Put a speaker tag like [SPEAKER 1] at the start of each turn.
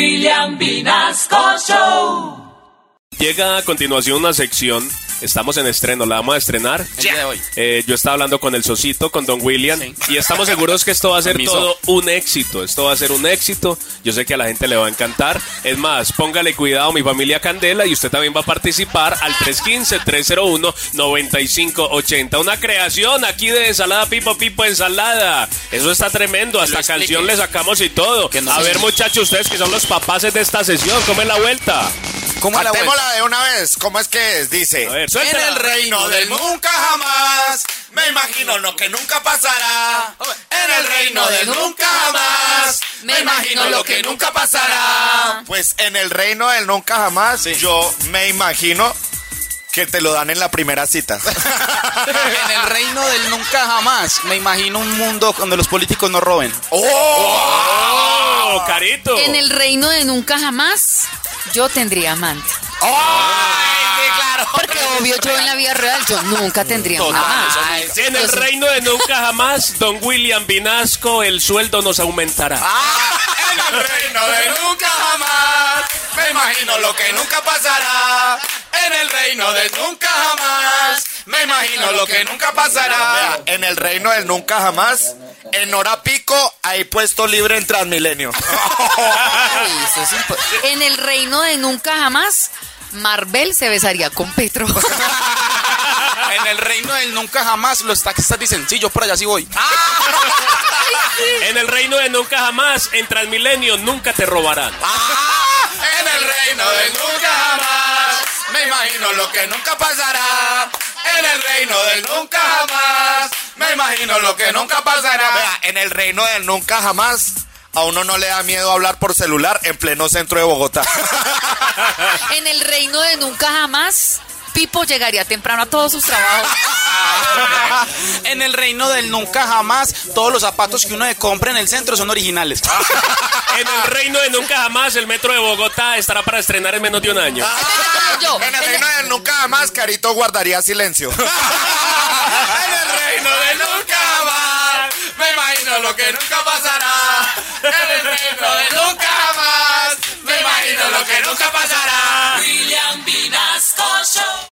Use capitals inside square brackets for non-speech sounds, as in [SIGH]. [SPEAKER 1] William Vinasco Show.
[SPEAKER 2] Llega a continuación una sección. Estamos en estreno, la vamos a estrenar.
[SPEAKER 3] día de hoy.
[SPEAKER 2] Eh, yo estaba hablando con el Sosito, con Don William,
[SPEAKER 3] Sí.
[SPEAKER 2] y estamos seguros que esto va a ser
[SPEAKER 3] Con mi
[SPEAKER 2] todo un éxito. Esto va a ser un éxito. Yo sé que a la gente le va a encantar. Es más, póngale cuidado, mi familia Candela, y usted también va a participar al 315-301-9580. Una creación aquí de Ensalada Pipo Pipo Ensalada. Eso está tremendo. Hasta
[SPEAKER 3] explique.
[SPEAKER 2] canción le sacamos y todo.
[SPEAKER 3] Que no
[SPEAKER 2] a
[SPEAKER 3] se-
[SPEAKER 2] ver, muchachos, ustedes que son los papaces de esta sesión, ¿cómo es la vuelta?
[SPEAKER 3] ¿Cómo es la vuelta?
[SPEAKER 4] Cantémosla de una vez. ¿Cómo es que es? Dice.
[SPEAKER 2] A ver,
[SPEAKER 4] en
[SPEAKER 2] suéltala.
[SPEAKER 4] el reino del nunca jamás, me imagino lo que nunca pasará. En el reino del nunca jamás, me imagino lo que nunca pasará. Pues en el reino del nunca jamás, yo me imagino que te lo dan en la
[SPEAKER 3] [LAUGHS]
[SPEAKER 4] primera cita. [LAUGHS]
[SPEAKER 3] En el reino del nunca jamás, me imagino un mundo donde los políticos no roben.
[SPEAKER 2] ¡Oh, carito!
[SPEAKER 5] En el reino de nunca jamás, yo tendría amante.
[SPEAKER 3] claro.
[SPEAKER 5] Porque obvio, yo en la vida real, yo nunca tendría amante.
[SPEAKER 2] En el
[SPEAKER 5] Yo sí.
[SPEAKER 2] reino de nunca jamás, don William Vinasco, el sueldo nos aumentará.
[SPEAKER 4] Ah, En el reino del nunca jamás, me imagino lo que nunca pasará. En el reino del nunca jamás, me imagino lo que nunca pasará. en el reino del nunca jamás, en hora pico, hay puesto libre en [LAUGHS] Transmilenio.
[SPEAKER 5] Ay, eso es impo- En el reino de nunca jamás, Marvel se besaría con [LAUGHS] Petro.
[SPEAKER 3] En el reino del nunca jamás, los taxistas dicen, sí, yo por allá sí voy.
[SPEAKER 4] Ah.
[SPEAKER 2] En el reino de nunca jamás, en Transmilenio nunca te robarán.
[SPEAKER 4] Ah, en el reino del nunca jamás, me imagino lo que nunca pasará. En el reino del nunca jamás, me imagino lo que nunca pasará. en el reino del nunca jamás, a uno no le da miedo hablar por celular en pleno centro de Bogotá.
[SPEAKER 5] En el reino de nunca jamás, Pipo llegaría temprano a todos sus trabajos. Ah.
[SPEAKER 3] [LAUGHS] En el reino del nunca jamás, todos los zapatos que uno le compra en el centro son originales.
[SPEAKER 5] Ah.
[SPEAKER 2] En el reino de nunca jamás, el metro de Bogotá estará para estrenar en menos de un año.
[SPEAKER 5] Ah, Yo,
[SPEAKER 4] Ah, En el reino del nunca jamás, Carito guardaría [LAUGHS] silencio. en el reino del nunca jamás, me imagino lo que nunca pasará.